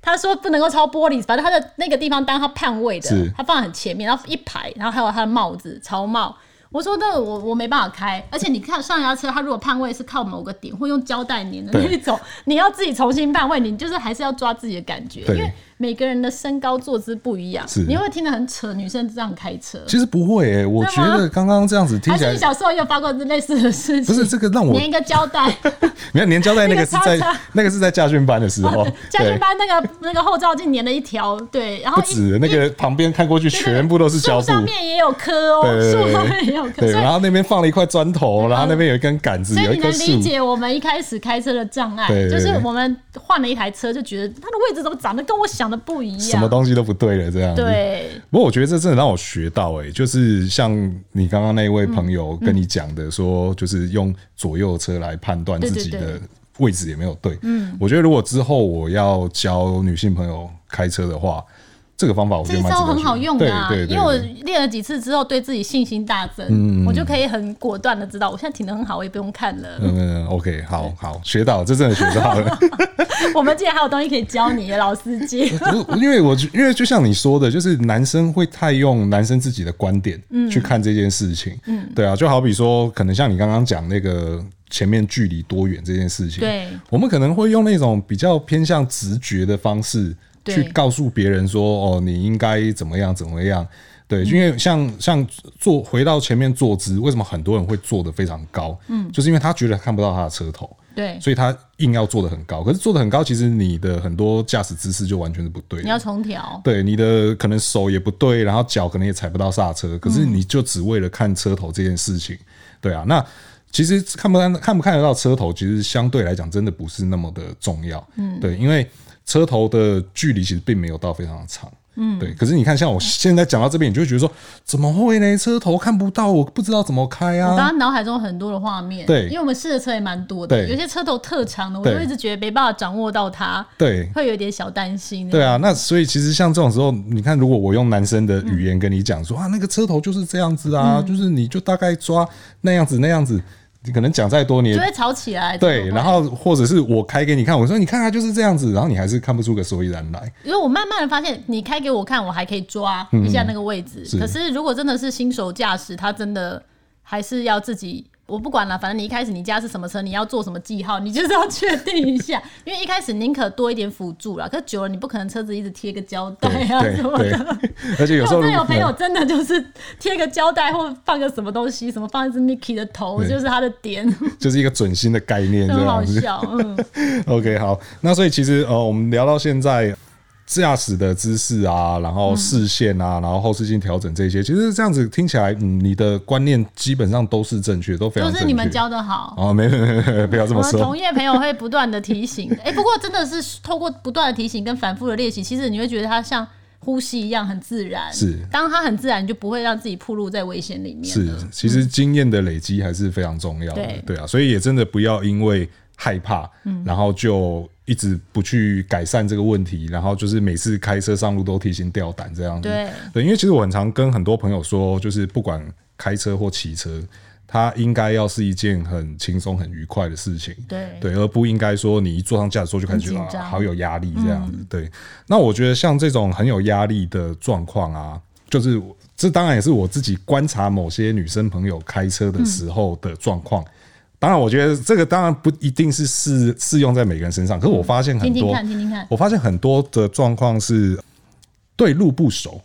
[SPEAKER 2] 她说不能够超玻璃，反正她的那个地方当她判位的
[SPEAKER 1] 是，
[SPEAKER 2] 她放得很前面，然后一排，然后还有她的帽子、草帽。我说那我我没办法开，而且你看上下车，它如果判位是靠某个点，或用胶带粘的那一种，你要自己重新判位，你就是还是要抓自己的感觉，因
[SPEAKER 1] 对
[SPEAKER 2] 为每个人的身高坐姿不一样
[SPEAKER 1] 是，
[SPEAKER 2] 你会不会听得很扯，女生这样开车，
[SPEAKER 1] 其实不会诶、我觉
[SPEAKER 2] 真的吗
[SPEAKER 1] 得刚刚这样子听
[SPEAKER 2] 还
[SPEAKER 1] 起
[SPEAKER 2] 是
[SPEAKER 1] 来
[SPEAKER 2] 你小时候也有发过类似的事情？
[SPEAKER 1] 不是这个让我
[SPEAKER 2] 粘一个
[SPEAKER 1] <laughs>
[SPEAKER 2] 胶带，
[SPEAKER 1] 你看年交代那个是在
[SPEAKER 2] 那个叉叉
[SPEAKER 1] 那个是在驾训班的时
[SPEAKER 2] <laughs>
[SPEAKER 1] 候，
[SPEAKER 2] 家训
[SPEAKER 1] 哦对，
[SPEAKER 2] 班那哦个那个后照镜粘了一条，对，然后
[SPEAKER 1] 不
[SPEAKER 2] 一
[SPEAKER 1] 止那个旁边看过去全部都是胶
[SPEAKER 2] 树
[SPEAKER 1] 布，
[SPEAKER 2] 上面也有磕哦，
[SPEAKER 1] 对
[SPEAKER 2] 树
[SPEAKER 1] 对
[SPEAKER 2] 上面也有
[SPEAKER 1] 对
[SPEAKER 2] 磕，
[SPEAKER 1] 对，
[SPEAKER 2] 所以嗯
[SPEAKER 1] 然后那边放了一块砖头，然后那边有一根杆子，
[SPEAKER 2] 所以
[SPEAKER 1] 有一
[SPEAKER 2] 你
[SPEAKER 1] 棵
[SPEAKER 2] 能
[SPEAKER 1] 树
[SPEAKER 2] 理，解我们一开始开车的障碍，
[SPEAKER 1] 对对
[SPEAKER 2] 就是
[SPEAKER 1] 对
[SPEAKER 2] 我们换了一台车，就觉得它的位置怎么长得跟我想的不一样，
[SPEAKER 1] 什么东西都不对了，这样子。
[SPEAKER 2] 对
[SPEAKER 1] 不过我觉得这真的让我学到哎、欸就是像你刚刚那一位朋
[SPEAKER 2] 嗯
[SPEAKER 1] 友跟你讲的说，就是用左右车来判断
[SPEAKER 2] 对
[SPEAKER 1] 自
[SPEAKER 2] 对
[SPEAKER 1] 己
[SPEAKER 2] 对
[SPEAKER 1] 的位置有没有对。嗯，我觉得如果之后我要教女性朋友开车的话，这个方法我觉
[SPEAKER 2] 这
[SPEAKER 1] 得
[SPEAKER 2] 一
[SPEAKER 1] 蛮值
[SPEAKER 2] 招
[SPEAKER 1] 得
[SPEAKER 2] 很
[SPEAKER 1] 学
[SPEAKER 2] 好
[SPEAKER 1] 的
[SPEAKER 2] 用
[SPEAKER 1] 对
[SPEAKER 2] 的、啊，
[SPEAKER 1] 对对，
[SPEAKER 2] 因为我
[SPEAKER 1] 对
[SPEAKER 2] 练了几次之后，对自己信心大增，我就可以很果断的知道，我现在挺得很好，我也不用看了。 <laughs>
[SPEAKER 1] 嗯，OK，好好学到了，这真的学到了。
[SPEAKER 2] 我们竟然还有东西可以教你，老司
[SPEAKER 1] <laughs>
[SPEAKER 2] 机。
[SPEAKER 1] 我因为我觉因为就像你说的，就是男生会太用男生自己的观点去看这件事情，嗯，对啊，就好比说，可能像你刚刚讲那个前面距离多远这件事情，
[SPEAKER 2] 对
[SPEAKER 1] 我们可能会用那种比较偏向直觉的方式
[SPEAKER 2] 对
[SPEAKER 1] 去告诉别人说，哦，你应该怎么样怎么样。对，因为像像坐回到前面坐姿，为什么很多人会坐得非常高？嗯，就是因为他觉得看不到他的车头，
[SPEAKER 2] 对，
[SPEAKER 1] 所以他硬要做的很高，可是做的很高，其实你的很多驾驶姿势就完全是不对的。
[SPEAKER 2] 你要重调。
[SPEAKER 1] 对你的可能手也不对，然后脚可能也踩不到刹
[SPEAKER 2] 嗯
[SPEAKER 1] 车，可是你就只为了看车头这件事情，对啊，那其实看不看看不看得到车头，其实相对来讲真的不是那么的重要，嗯，对，因为车头的距离其实并没有到非常的长。嗯，对。可是你看，像我现在讲到这边，你就会觉得说，怎么会呢？车头看不到，我不知道怎么开啊。
[SPEAKER 2] 我刚刚脑海中有很多的画面，
[SPEAKER 1] 对
[SPEAKER 2] 因为我们试的车也蛮多的，
[SPEAKER 1] 对
[SPEAKER 2] 有些车头特长的，我
[SPEAKER 1] 对
[SPEAKER 2] 就一直觉得没办法掌握到它，
[SPEAKER 1] 对，
[SPEAKER 2] 会有点小担心。
[SPEAKER 1] 对啊，那所以其实像这种时候，你看，如果我用男生的语言跟你讲说、啊，那个车头就是这样子
[SPEAKER 2] 嗯
[SPEAKER 1] 啊，就是你就大概抓那样子那样子，你可能讲再多你
[SPEAKER 2] 就
[SPEAKER 1] 也
[SPEAKER 2] 会吵起来。怎
[SPEAKER 1] 对，
[SPEAKER 2] 么办
[SPEAKER 1] 然后或者是我开给你看，我说你看它就是这样子，然后你还是看不出个所以然来。
[SPEAKER 2] 因为我慢慢的发现，你开给我看，我还可以抓一下那个位置。
[SPEAKER 1] 嗯是
[SPEAKER 2] 可是如果真的是新手驾驶，他真的还是要自己，我不管了，反正你一开始你家是什么车，你要做什么记号，你就是要确定一下。 <laughs> 因为一开始宁可多一点辅助啦，可是久了你不可能车子一直贴个胶带 <laughs>
[SPEAKER 1] 对
[SPEAKER 2] 啊什么
[SPEAKER 1] 对
[SPEAKER 2] 的。
[SPEAKER 1] 对，而且有
[SPEAKER 2] 因
[SPEAKER 1] 时候
[SPEAKER 2] 为
[SPEAKER 1] 如
[SPEAKER 2] 我真的有
[SPEAKER 1] 果
[SPEAKER 2] 朋友真的就是贴个胶带或放个什么东西，什么放一只 Mickey 的头，
[SPEAKER 1] 对
[SPEAKER 2] 就是他的
[SPEAKER 1] <laughs>
[SPEAKER 2] 点，
[SPEAKER 1] 就是一个准心的概念这
[SPEAKER 2] 很好
[SPEAKER 1] 样子。
[SPEAKER 2] 笑。
[SPEAKER 1] <laughs>
[SPEAKER 2] 嗯，
[SPEAKER 1] OK，好，那所以其实呃，我们聊到现在。驾驶的姿势啊，然
[SPEAKER 2] 嗯
[SPEAKER 1] 后视线啊，然后后视镜调整这些，其实这样子听起来，嗯，你的观念基本上都是正确，都非常
[SPEAKER 2] 就
[SPEAKER 1] 正确。
[SPEAKER 2] 是你们教的好。
[SPEAKER 1] 哦，没没没没，不要这
[SPEAKER 2] 我
[SPEAKER 1] 么
[SPEAKER 2] 们呃同
[SPEAKER 1] 说。
[SPEAKER 2] 业朋友会不断的提醒， <laughs> 哎、不过真的是透过不断的提醒跟反复的练习，其实你会觉得它像呼吸一样很自然。
[SPEAKER 1] 是
[SPEAKER 2] 当它很自然，你就不会让自己暴露在危险里面
[SPEAKER 1] 是
[SPEAKER 2] 了。，
[SPEAKER 1] 其实经验的累积还是非常重要的，
[SPEAKER 2] 对嗯
[SPEAKER 1] 对啊，所以也真的不要因为害怕，然后就一直不去改善这个问题，然后就是每次开车上路都提心吊胆这样子。
[SPEAKER 2] 对
[SPEAKER 1] 对，因为其实我很常跟很多朋友说，就是不管开车或骑车，它应该要是一件很轻松、很愉快的事情。
[SPEAKER 2] 对
[SPEAKER 1] 对，而不应该说你一坐上驾驶座就开始觉得、
[SPEAKER 2] 很紧张嗯
[SPEAKER 1] 啊、好有压力这样子。对，那我觉得像这种很有压力的状况啊，就是这当然也是我自己观察某些女生朋友开车的时
[SPEAKER 2] 嗯
[SPEAKER 1] 候的状况。当然，我觉得这个当然不一定是适适用在每个人身上，可是我发现很
[SPEAKER 2] 嗯听
[SPEAKER 1] 多，
[SPEAKER 2] 听看，听听看。
[SPEAKER 1] 我发现很多的状况是对路不熟。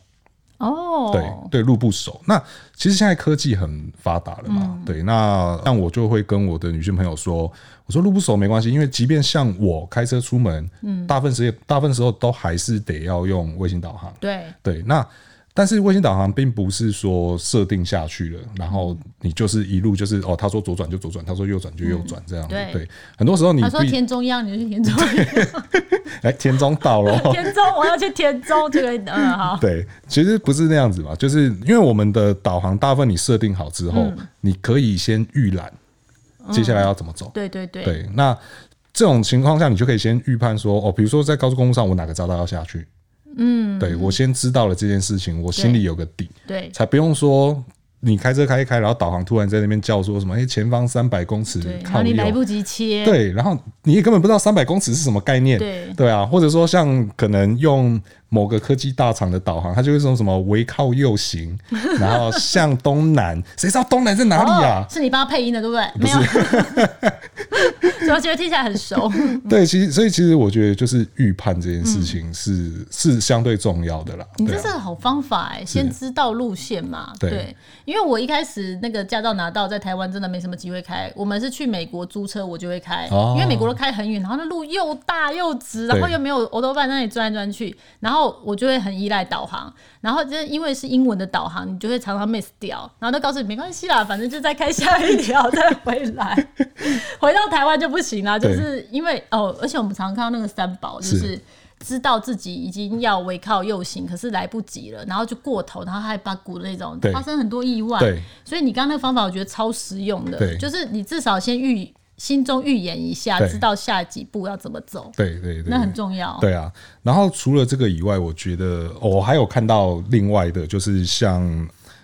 [SPEAKER 2] 哦，
[SPEAKER 1] 对对，路不熟。那其实现在科技很发达了
[SPEAKER 2] 嗯
[SPEAKER 1] 嘛，对。那但我就会跟我的女性朋友说，我说路不熟没关系，因为即便像我开车出门，
[SPEAKER 2] 嗯
[SPEAKER 1] 大部分时间大部分时候都还是得要用卫星导航。
[SPEAKER 2] 对
[SPEAKER 1] 对，那但是卫星导航并不是说设定下去了，然后你就是一路就是哦，他说左转就左转，他说右转就右转这样子。
[SPEAKER 2] 嗯对
[SPEAKER 1] 对，很多时候你
[SPEAKER 2] 他说
[SPEAKER 1] 必
[SPEAKER 2] 田中央，你就去
[SPEAKER 1] <laughs>
[SPEAKER 2] 田中央，
[SPEAKER 1] 哎田中到了哦，
[SPEAKER 2] 田中，我要去田中，这个嗯
[SPEAKER 1] <laughs>
[SPEAKER 2] 好，
[SPEAKER 1] 对，其实不是那样子嘛，就是因为我们的导航大部分你设定好之后，
[SPEAKER 2] 嗯
[SPEAKER 1] 你可以先预览
[SPEAKER 2] 哦
[SPEAKER 1] 接下来要怎么走。
[SPEAKER 2] 对对对，
[SPEAKER 1] 对，那这种情况下，你就可以先预判说，哦，比如说在高速公路上，我哪个匝道要下去。嗯，对我先知道了这件事情，我心里有个底，
[SPEAKER 2] 对
[SPEAKER 1] 才不用说你开车开一开，然后导航突然在那边叫说什么，哎、前方三百公尺
[SPEAKER 2] 对，然
[SPEAKER 1] 靠
[SPEAKER 2] 后你
[SPEAKER 1] 右
[SPEAKER 2] 来不及切，
[SPEAKER 1] 对，然后你也根本不知道三百公尺是什么概念，
[SPEAKER 2] 嗯对
[SPEAKER 1] 啊，或者说像可能用某个科技大厂的导航，它就会说什么围靠右行，
[SPEAKER 2] <laughs>
[SPEAKER 1] 然后向东南，谁知道东南在哪里
[SPEAKER 2] 哦
[SPEAKER 1] 啊？
[SPEAKER 2] 是你帮他配音的，对不对？没有，所以我觉得听起来很熟。
[SPEAKER 1] <laughs> 对，其实所以其实我觉得就是预判这件事情是、是相对重要的啦。
[SPEAKER 2] 嗯你
[SPEAKER 1] 对
[SPEAKER 2] 这
[SPEAKER 1] 啊
[SPEAKER 2] 是个好方法哎、先知道路线嘛。
[SPEAKER 1] 对
[SPEAKER 2] 因为我一开始那个驾照拿到，在台湾真的没什么机会开。我们是去美国租车，我就会开，
[SPEAKER 1] 哦
[SPEAKER 2] 因为美国都开很远，然后那路又大又直，
[SPEAKER 1] 对
[SPEAKER 2] 然后又没有欧洲办那里转来转去，然后我就会很依赖导航。然后就是因为是英文的导航，你就会常常 miss 掉，然后都告诉你没关系啦，反正就再开下一条再回来。
[SPEAKER 1] <laughs>
[SPEAKER 2] 回到台湾就不行啦，就
[SPEAKER 1] 对
[SPEAKER 2] 是因为哦，而且我们常看到那个三宝就是是。知道自己已经要违靠右行，可是来不及了，然后就过头，然后还把骨那种
[SPEAKER 1] 对，
[SPEAKER 2] 发生很多意外。
[SPEAKER 1] 对啊
[SPEAKER 2] 所以你刚刚那个方法，我觉得超实用的，
[SPEAKER 1] 对
[SPEAKER 2] 就是你至少先预心中预演一下，
[SPEAKER 1] 对
[SPEAKER 2] 知道下几步要怎么走，
[SPEAKER 1] 对对对，
[SPEAKER 2] 那很重要。
[SPEAKER 1] 对啊，然后除了这个以外，我觉得、哦我还有看到另外的，就是像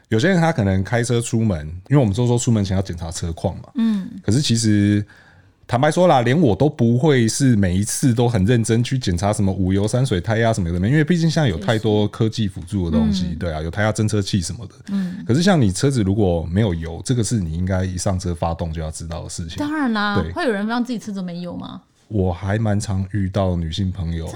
[SPEAKER 1] 有些人他可能开车出门，因为我们都说出门前要检查车况嘛，嗯，可是其实坦白说啦，连我都不会是每一次都很认真去检查什么五油三水胎压什么的，因为毕竟现在有太多科技辅助的东西，
[SPEAKER 2] 嗯
[SPEAKER 1] 对啊，有胎压侦测器什么的，嗯，可是像你车子如果没有油，这个是你应该一上车发动就要知道的事情。
[SPEAKER 2] 当然啦
[SPEAKER 1] 对，
[SPEAKER 2] 会有人让自己车子没油吗？
[SPEAKER 1] 我还蛮常遇到女性朋友，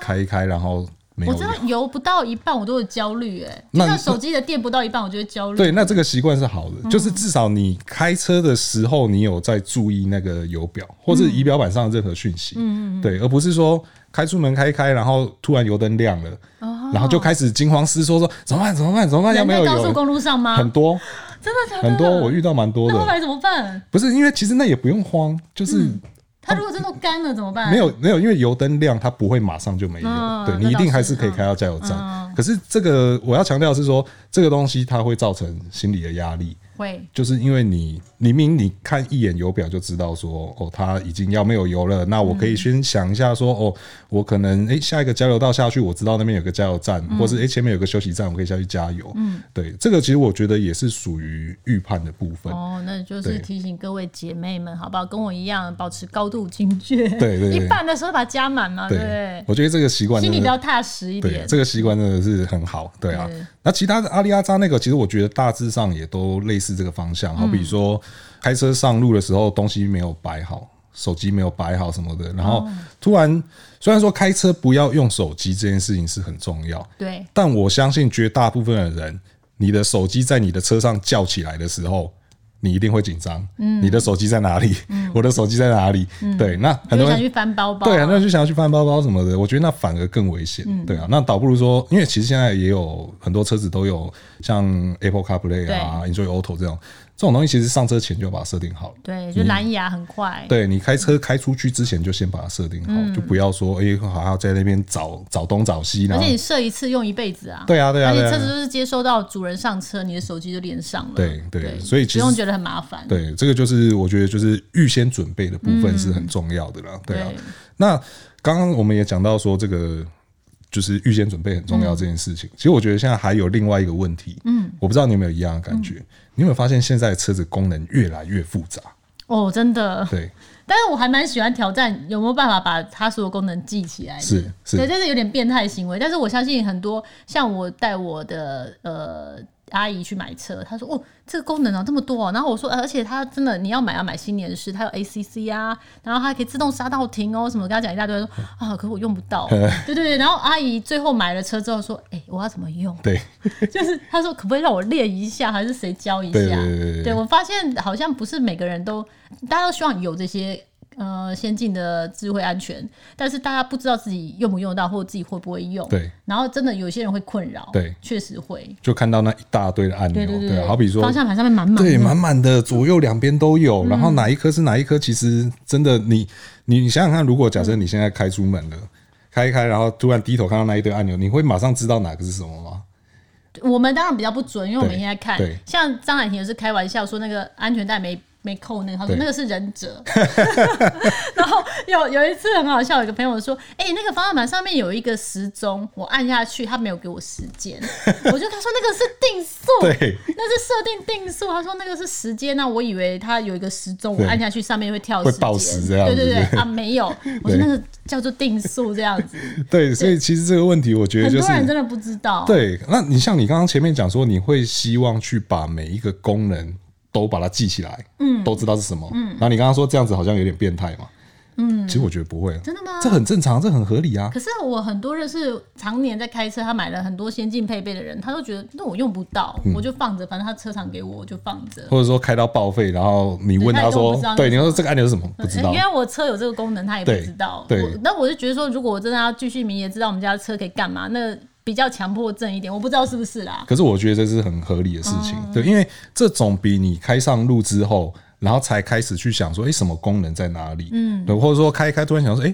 [SPEAKER 1] 开一开然后没有
[SPEAKER 2] 我
[SPEAKER 1] 油
[SPEAKER 2] 真。的油不到一半，我都有焦虑哎、就
[SPEAKER 1] 那
[SPEAKER 2] 像手机的电不到一半，我就会焦虑。
[SPEAKER 1] 对，那这个习惯是好的，就是至少你开车的时候，你有在注意那个油表或是仪表板上的任何讯息，嗯，对，而不是说开出门开一开，然后突然油灯亮了，然后就开始惊慌失措，说怎么办？怎么办？怎么办？要
[SPEAKER 2] 哦人
[SPEAKER 1] 没
[SPEAKER 2] 在
[SPEAKER 1] 有
[SPEAKER 2] 高速
[SPEAKER 1] 油？
[SPEAKER 2] 公路上吗？
[SPEAKER 1] 很多
[SPEAKER 2] 真的假的？
[SPEAKER 1] 很多，我遇到蛮多
[SPEAKER 2] 那后
[SPEAKER 1] 的，
[SPEAKER 2] 来嗯怎么办？
[SPEAKER 1] 不是因为其实那也不用慌，就是
[SPEAKER 2] 它如果真的干了怎么办？
[SPEAKER 1] 没有没有，因为油灯亮，它不会马上就没油，
[SPEAKER 2] 哎嗯
[SPEAKER 1] 对
[SPEAKER 2] 那
[SPEAKER 1] 你一
[SPEAKER 2] 倒
[SPEAKER 1] 定还
[SPEAKER 2] 是
[SPEAKER 1] 是可以
[SPEAKER 2] 嗯
[SPEAKER 1] 开到加油站。可是这个我要强调的是说，这个东西它会造成心理的压力，
[SPEAKER 2] 会，
[SPEAKER 1] 就是因为你明明你看一眼油表就知道说，哦，它已经要没有油了，那我可以先想一下说，哦，
[SPEAKER 2] 嗯
[SPEAKER 1] 我可能诶、下一个交流道下去，我知道那边有个加油站，
[SPEAKER 2] 嗯
[SPEAKER 1] 或是诶、前面有个休息站，我可以下去加油。嗯，对，这个其实我觉得也是属于预判的部分。
[SPEAKER 2] 哦，那就是
[SPEAKER 1] 对
[SPEAKER 2] 提醒各位姐妹们，好不好？跟我一样，保持高度警觉。
[SPEAKER 1] 对对对
[SPEAKER 2] 一半的时候把它加满嘛，对不对？
[SPEAKER 1] 我觉得这个习惯
[SPEAKER 2] 心里
[SPEAKER 1] 真
[SPEAKER 2] 比
[SPEAKER 1] 的
[SPEAKER 2] 较踏实一
[SPEAKER 1] 对，
[SPEAKER 2] 点。
[SPEAKER 1] 这个习惯真的是很好，对啊
[SPEAKER 2] 对。
[SPEAKER 1] 那其他的阿里阿扎那个，其实我觉得大致上也都类似这个方
[SPEAKER 2] 嗯
[SPEAKER 1] 向，好比说开车上路的时候东西没有摆好，手机没有摆好什么的，然
[SPEAKER 2] 哦
[SPEAKER 1] 后突然虽然说开车不要用手机这件事情是很重要，
[SPEAKER 2] 对，
[SPEAKER 1] 但我相信绝大部分的人，你的手机在你的车上叫起来的时候。你一定会紧张，嗯，你的手机在哪里？
[SPEAKER 2] 嗯
[SPEAKER 1] 我的手机在哪里？对，那很
[SPEAKER 2] 就
[SPEAKER 1] 多
[SPEAKER 2] 想
[SPEAKER 1] 人
[SPEAKER 2] 去翻包包。嗯
[SPEAKER 1] 对，很多人就想要去翻包包什么的，我觉得那反而更危险。对啊，那倒不如说，因为其实现在也有很多车子都有像 Apple CarPlay 啊、Enjoy Auto 这种这种东西，其实上车前就把它设定好了。
[SPEAKER 2] 对，就蓝牙很快。
[SPEAKER 1] 嗯对你开车开出去之前就先把它设定好，就不要说哎、还要在那边找找东找西，
[SPEAKER 2] 嗯而
[SPEAKER 1] 然后
[SPEAKER 2] 且你设一次用一辈子啊。
[SPEAKER 1] 对啊对啊
[SPEAKER 2] 而且
[SPEAKER 1] 对啊
[SPEAKER 2] 车子就是接收到主人上车，你的手机就连上了。
[SPEAKER 1] 对对所以其实
[SPEAKER 2] 不用觉得很嗯麻烦。
[SPEAKER 1] 对这个就是我觉得就是预先准备的部分是很重要的啦。对啊，那刚刚我们也讲到说，这个就是预先准备很重
[SPEAKER 2] 嗯
[SPEAKER 1] 要这件事情。其实我觉得现在还有另外一个问题，嗯，我不知道你有没有一样的感觉？
[SPEAKER 2] 嗯
[SPEAKER 1] 你有没有发现现在的车子功能越来越复杂？
[SPEAKER 2] 哦，真的。
[SPEAKER 1] 对，
[SPEAKER 2] 但是我还蛮喜欢挑战，有没有办法把它所有功能记起来的？
[SPEAKER 1] 是是
[SPEAKER 2] 对，这是有点变态行为。但是我相信很多像我带我的呃阿姨去买车，她说哦这个功能哦这么多、哦，然后我说、呃而且它真的你要买要买新年式，它有 ACC 啊，然后它还可以自动刹到停哦什么，跟她讲一大堆，她说啊可我用不到，
[SPEAKER 1] <laughs>
[SPEAKER 2] 对对对。然后阿姨最后买了车之后说，哎、我要怎么用？
[SPEAKER 1] 对，
[SPEAKER 2] 就是她说可不可以让我练一下，还是谁教一下？
[SPEAKER 1] 对对对对对
[SPEAKER 2] 我发现好像不是每个人都，大家都希望有这些呃先进的智慧安全，但是大家不知道自己用不用到，或自己会不会用。
[SPEAKER 1] 对，
[SPEAKER 2] 然后真的有些人会困扰。
[SPEAKER 1] 对
[SPEAKER 2] 确实会。
[SPEAKER 1] 就看到那一大堆的按钮，
[SPEAKER 2] 对对
[SPEAKER 1] 啊好比说
[SPEAKER 2] 方向盘嗯上面满满的。
[SPEAKER 1] 对，满满的，左右两边都有。然后哪一颗是哪一颗？其实真的，你你你想想看，如果假设你现在开出门了，开一开，然后突然低头看到那一堆按钮，你会马上知道哪个是什么吗？
[SPEAKER 2] 我们当然比较不准，因为我们
[SPEAKER 1] 对
[SPEAKER 2] 现在看
[SPEAKER 1] 对，
[SPEAKER 2] 像张海婷也是开玩笑说那个安全带没没扣那个，他说
[SPEAKER 1] 对
[SPEAKER 2] 那个是忍者。 <laughs> 然后有有一次很好笑，有一个朋友说：“哎、那个方向盘上面有一个时钟，我按下去，他没有给我时间。”
[SPEAKER 1] <laughs>
[SPEAKER 2] 我就跟他说那个是定速，
[SPEAKER 1] 对
[SPEAKER 2] 那是设定定速。他说那个是时间那我以为他有一个时钟，我
[SPEAKER 1] 对
[SPEAKER 2] 按下去上面会跳
[SPEAKER 1] 会
[SPEAKER 2] 时
[SPEAKER 1] 报
[SPEAKER 2] 间
[SPEAKER 1] 时这样
[SPEAKER 2] 对对
[SPEAKER 1] 子
[SPEAKER 2] 对
[SPEAKER 1] 对
[SPEAKER 2] 啊，
[SPEAKER 1] <laughs>
[SPEAKER 2] 没有，我说
[SPEAKER 1] 对
[SPEAKER 2] 那个叫做定速这样子，
[SPEAKER 1] 对，所以其实这个问题，我觉得
[SPEAKER 2] 很
[SPEAKER 1] 就是
[SPEAKER 2] 多人真的不知道。
[SPEAKER 1] 对，那你像你刚刚前面讲说，你会希望去把每一个功能都把它记起来，嗯，都知道是什么，嗯。然后你刚刚说这样子好像有点变态嘛，嗯，其实我觉得不会，
[SPEAKER 2] 真的啊吗
[SPEAKER 1] 这很正常，这很合理啊。
[SPEAKER 2] 可是我很多认识常年在开车，他买了很多先进配备的人，他都觉得那我用不到，
[SPEAKER 1] 嗯
[SPEAKER 2] 我就放着，反正他车厂给我，我就放着。
[SPEAKER 1] 或者说开到报废，然后你问
[SPEAKER 2] 对
[SPEAKER 1] 他
[SPEAKER 2] 他根本
[SPEAKER 1] 说
[SPEAKER 2] 不知道，
[SPEAKER 1] 对，
[SPEAKER 2] 那
[SPEAKER 1] 你说这个按钮是什么？不知
[SPEAKER 2] 诶
[SPEAKER 1] 道
[SPEAKER 2] 因，为我车有这个功能，他也不
[SPEAKER 1] 对
[SPEAKER 2] 知道。
[SPEAKER 1] 对
[SPEAKER 2] 我那我就觉得说，如果我真的要继续明也知道我们家的车可以干嘛，那比较强迫症一点，我不知道是不是啦。
[SPEAKER 1] 可是我觉得这是很合理的事情，
[SPEAKER 2] 哦
[SPEAKER 1] 对，因为这种比你开上路之后，然后才开始去想说，哎、什么功能在哪里？嗯，对，或者说开一开突然想说，哎、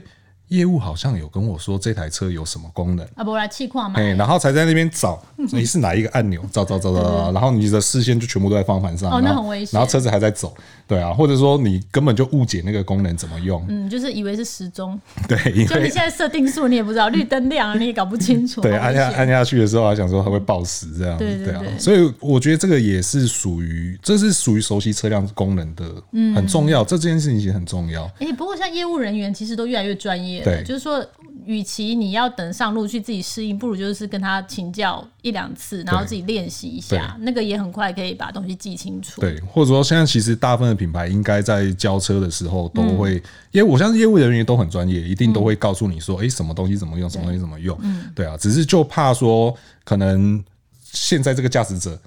[SPEAKER 1] 业务好像有跟我说这台车有什么功能。
[SPEAKER 2] 啊，不来气矿嘛，
[SPEAKER 1] 哎，然后才在那边找，你是哪一个
[SPEAKER 2] <laughs>
[SPEAKER 1] 按钮？找找找找找，然后你的视线就全部都在方向盘上，
[SPEAKER 2] 嗯哦那
[SPEAKER 1] 然后
[SPEAKER 2] 很危险
[SPEAKER 1] 然后车子还在走，对啊，或者说你根本就误解那个功能怎么用，
[SPEAKER 2] 嗯，就是以为是时钟，
[SPEAKER 1] <laughs> 对，因
[SPEAKER 2] <laughs> 就你
[SPEAKER 1] 为
[SPEAKER 2] 现在设定数你也不知道，绿灯亮了你也搞不清楚，
[SPEAKER 1] <laughs> 对哎
[SPEAKER 2] 好危
[SPEAKER 1] 按下
[SPEAKER 2] 险
[SPEAKER 1] 按下去的时候还想说它会报时这样，
[SPEAKER 2] 对对
[SPEAKER 1] 啊，
[SPEAKER 2] 对
[SPEAKER 1] 所以我觉得这个也是属于，这是属于熟悉车辆功能的，
[SPEAKER 2] 嗯
[SPEAKER 1] 很重要，这件事情其实很重要，
[SPEAKER 2] 哎、不过像业务人员其实都越来越专业了，
[SPEAKER 1] 对
[SPEAKER 2] 就是说，与其你要等上路去自己适应，不如就是跟他请教一两次，然后自己练习一下，那个也很快可以把东西记清楚。
[SPEAKER 1] 对，或者说现在其实大部分的品牌应该在交车的时候都会，
[SPEAKER 2] 嗯
[SPEAKER 1] 因为我相信业务人员都很专业，一定都会告诉你说，哎、什么东西怎么用，什么东西怎么用，
[SPEAKER 2] 嗯
[SPEAKER 1] 对啊，只是就怕说可能现在这个驾驶者。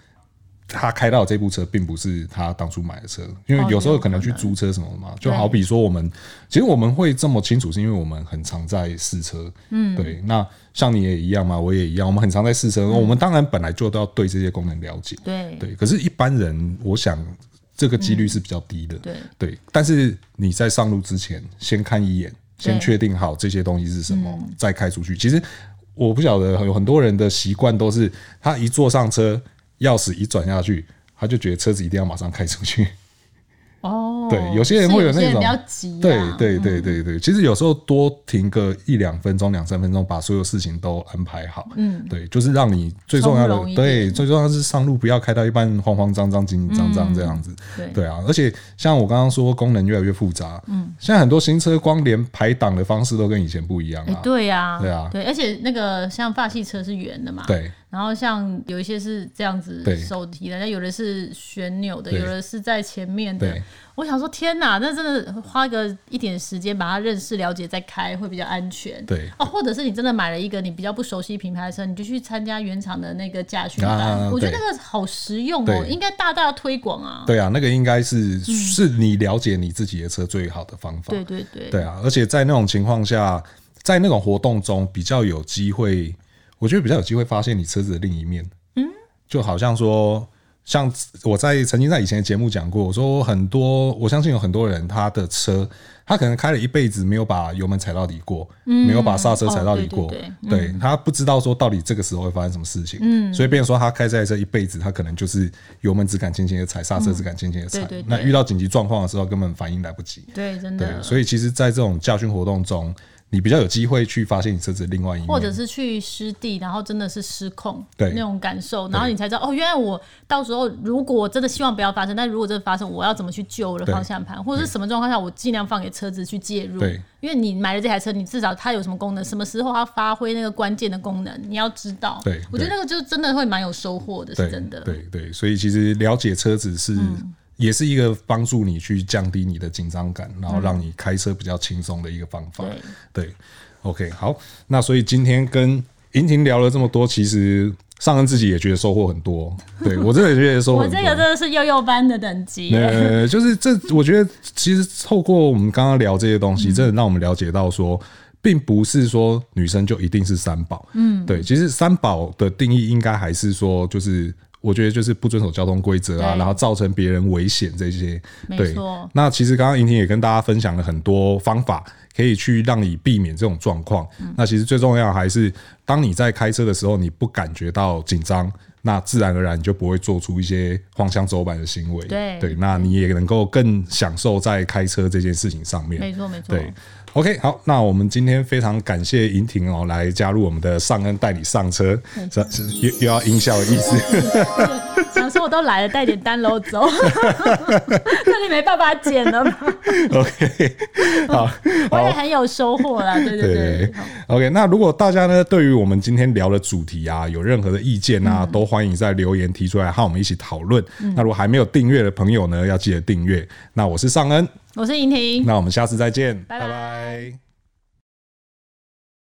[SPEAKER 1] 他开到的这部车并不是他当初买的车，因为
[SPEAKER 2] 哦
[SPEAKER 1] 有时候
[SPEAKER 2] 有
[SPEAKER 1] 可能
[SPEAKER 2] 可
[SPEAKER 1] 去
[SPEAKER 2] 能
[SPEAKER 1] 租车什么的嘛，就
[SPEAKER 2] 对
[SPEAKER 1] 好比说我们，其实我们会这么清楚，是因为我们很常在试车，嗯，对。那像你也一样嘛，我也一样，我们很常在试
[SPEAKER 2] 嗯
[SPEAKER 1] 车，我们当然本来就都要对这些功能了解，
[SPEAKER 2] 对
[SPEAKER 1] 对，可是，一般人我想这个几率是比较低的。
[SPEAKER 2] 嗯对
[SPEAKER 1] 但是你在上路之前，先看一眼，先
[SPEAKER 2] 对嗯
[SPEAKER 1] 确定好这些东西是什么，再开出去。其实我不晓得有很多人的习惯都是，他一坐上车，钥匙一转下去，他就觉得车子一定要马上开出
[SPEAKER 2] <laughs>
[SPEAKER 1] 去。
[SPEAKER 2] 哦，
[SPEAKER 1] 对，有些人会有
[SPEAKER 2] 是
[SPEAKER 1] 那种
[SPEAKER 2] 比较急、啊，
[SPEAKER 1] 对对对对对，其实有时候多停个一两分钟、两三分钟，把所有事情都安排好。嗯，对，就是让你最重要
[SPEAKER 2] 从容
[SPEAKER 1] 的
[SPEAKER 2] 一，点
[SPEAKER 1] 对，最重要的是上路不要开到一半慌慌张张、紧紧张张这样子。
[SPEAKER 2] 对
[SPEAKER 1] 对啊，而且像我刚刚说，功能越来越复杂。嗯，现在很多新车光连排档的方式都跟以前不一样
[SPEAKER 2] 哎、
[SPEAKER 1] 啊。
[SPEAKER 2] 对呀、
[SPEAKER 1] 对啊
[SPEAKER 2] 对，而且那个像发系车是圆的嘛，
[SPEAKER 1] 哎对啊
[SPEAKER 2] 然后像有一些是这样子
[SPEAKER 1] 对
[SPEAKER 2] 手提的，那有的是旋钮的，
[SPEAKER 1] 对
[SPEAKER 2] 有的是在前面的
[SPEAKER 1] 对。啊
[SPEAKER 2] 我想说，天哪，那真的花个一点时间把它认识、了解再开会比较安全。
[SPEAKER 1] 对
[SPEAKER 2] 哦，或者是你真的买了一个你比较不熟悉品牌的车，你就去参加原厂的那个驾训班，
[SPEAKER 1] 啊
[SPEAKER 2] 我觉得
[SPEAKER 1] 对
[SPEAKER 2] 那个好实用哦，
[SPEAKER 1] 对
[SPEAKER 2] 应该大大推广啊。
[SPEAKER 1] 对啊，那个应该是是你了解你自己的车最好的方法。
[SPEAKER 2] 对对对
[SPEAKER 1] 对啊，而且在那种情况下，在那种活动中比较有机会，我觉得比较有机会发现你车子的另一面。嗯，就好像说，像我在曾经在以前的节目讲过，我说很多，我相信有很多人他的车，他可能开了一辈子没有把油门踩到底过，没有把刹车踩到底过，
[SPEAKER 2] 嗯哦对对
[SPEAKER 1] 对他不知道说到底这个时候会发生什么事情。嗯，所以变成说他开这台车一辈子，他可能就是油门只敢轻轻的踩，刹车只敢轻轻的踩。
[SPEAKER 2] 嗯对对对
[SPEAKER 1] 那遇到紧急状况的时候，根本反应来不及。
[SPEAKER 2] 对，真
[SPEAKER 1] 对，
[SPEAKER 2] 的。
[SPEAKER 1] 所以其实，在这种驾训活动中，你比较有机会去发现你车子的另外一面，
[SPEAKER 2] 或者是去湿地，然后真的是失控，
[SPEAKER 1] 嗯对
[SPEAKER 2] 那种感受，然后你才知道哦，原来我到时候如果真的希望不要发生，但如果真的发生，我要怎么去救我的
[SPEAKER 1] 对
[SPEAKER 2] 方向盘，或者是什么状况下，我尽量放给车子去介入
[SPEAKER 1] 对。
[SPEAKER 2] 因为你买了这台车，你至少它有什么功能，什么时候它发挥那个关键的功能，你要知道。
[SPEAKER 1] 对
[SPEAKER 2] 我觉得
[SPEAKER 1] 对
[SPEAKER 2] 那个就真的会蛮有收获的，是
[SPEAKER 1] 对
[SPEAKER 2] 真的。嗯
[SPEAKER 1] 对对，所以其实了解车子是、也是一个帮助你去降低你的紧张感，然后让你开车比较轻松的一个方法。
[SPEAKER 2] 对
[SPEAKER 1] 对，OK，好，那所以今天跟莹婷聊了这么多，其实上恩自己也觉得收获很多，对我真的觉得收获
[SPEAKER 2] 我
[SPEAKER 1] 很多。
[SPEAKER 2] 这个真的是幼幼班的等级，
[SPEAKER 1] 呃，就是这，我觉得其实透过我们刚刚聊这些东
[SPEAKER 2] 嗯
[SPEAKER 1] 西，真的让我们了解到说，并不是说女生就一定是三宝。嗯，对，其实三宝的定义应该还是说，就是我觉得就是不遵守交通规则啊，
[SPEAKER 2] 对
[SPEAKER 1] 然后造成别人危险这些。
[SPEAKER 2] 没
[SPEAKER 1] 对
[SPEAKER 2] 错，
[SPEAKER 1] 那其实刚刚莹婷也跟大家分享了很多方法，可以去让你避免这种状况。
[SPEAKER 2] 嗯
[SPEAKER 1] 那其实最重要的还是，当你在开车的时候，你不感觉到紧张，那自然而然你就不会做出一些荒腔走板的行为。
[SPEAKER 2] 对
[SPEAKER 1] 对，那你也能够更享受在开车这件事情上面。
[SPEAKER 2] 没错没错。
[SPEAKER 1] 对，OK，好，那我们今天非常感谢莹婷哦，来加入我们的上恩带你上车，是是又又要音效的意思。 <laughs>
[SPEAKER 2] 想说我都来了，带点单喽走， <laughs> 那你没办法剪了吧？ <laughs>
[SPEAKER 1] OK，好，
[SPEAKER 2] 我也
[SPEAKER 1] 好。
[SPEAKER 2] 很有收获啦，对对对。好
[SPEAKER 1] o k 那如果大家呢对于我们今天聊的主题啊有任何的意见啊，
[SPEAKER 2] 嗯
[SPEAKER 1] 都欢迎在留言提出来，和我们一起讨论。那如果还没有订阅的朋友呢，要记得订阅。那我是尚恩，
[SPEAKER 2] 我是莹婷，
[SPEAKER 1] 那我们下次再见，
[SPEAKER 2] 拜拜
[SPEAKER 1] 拜拜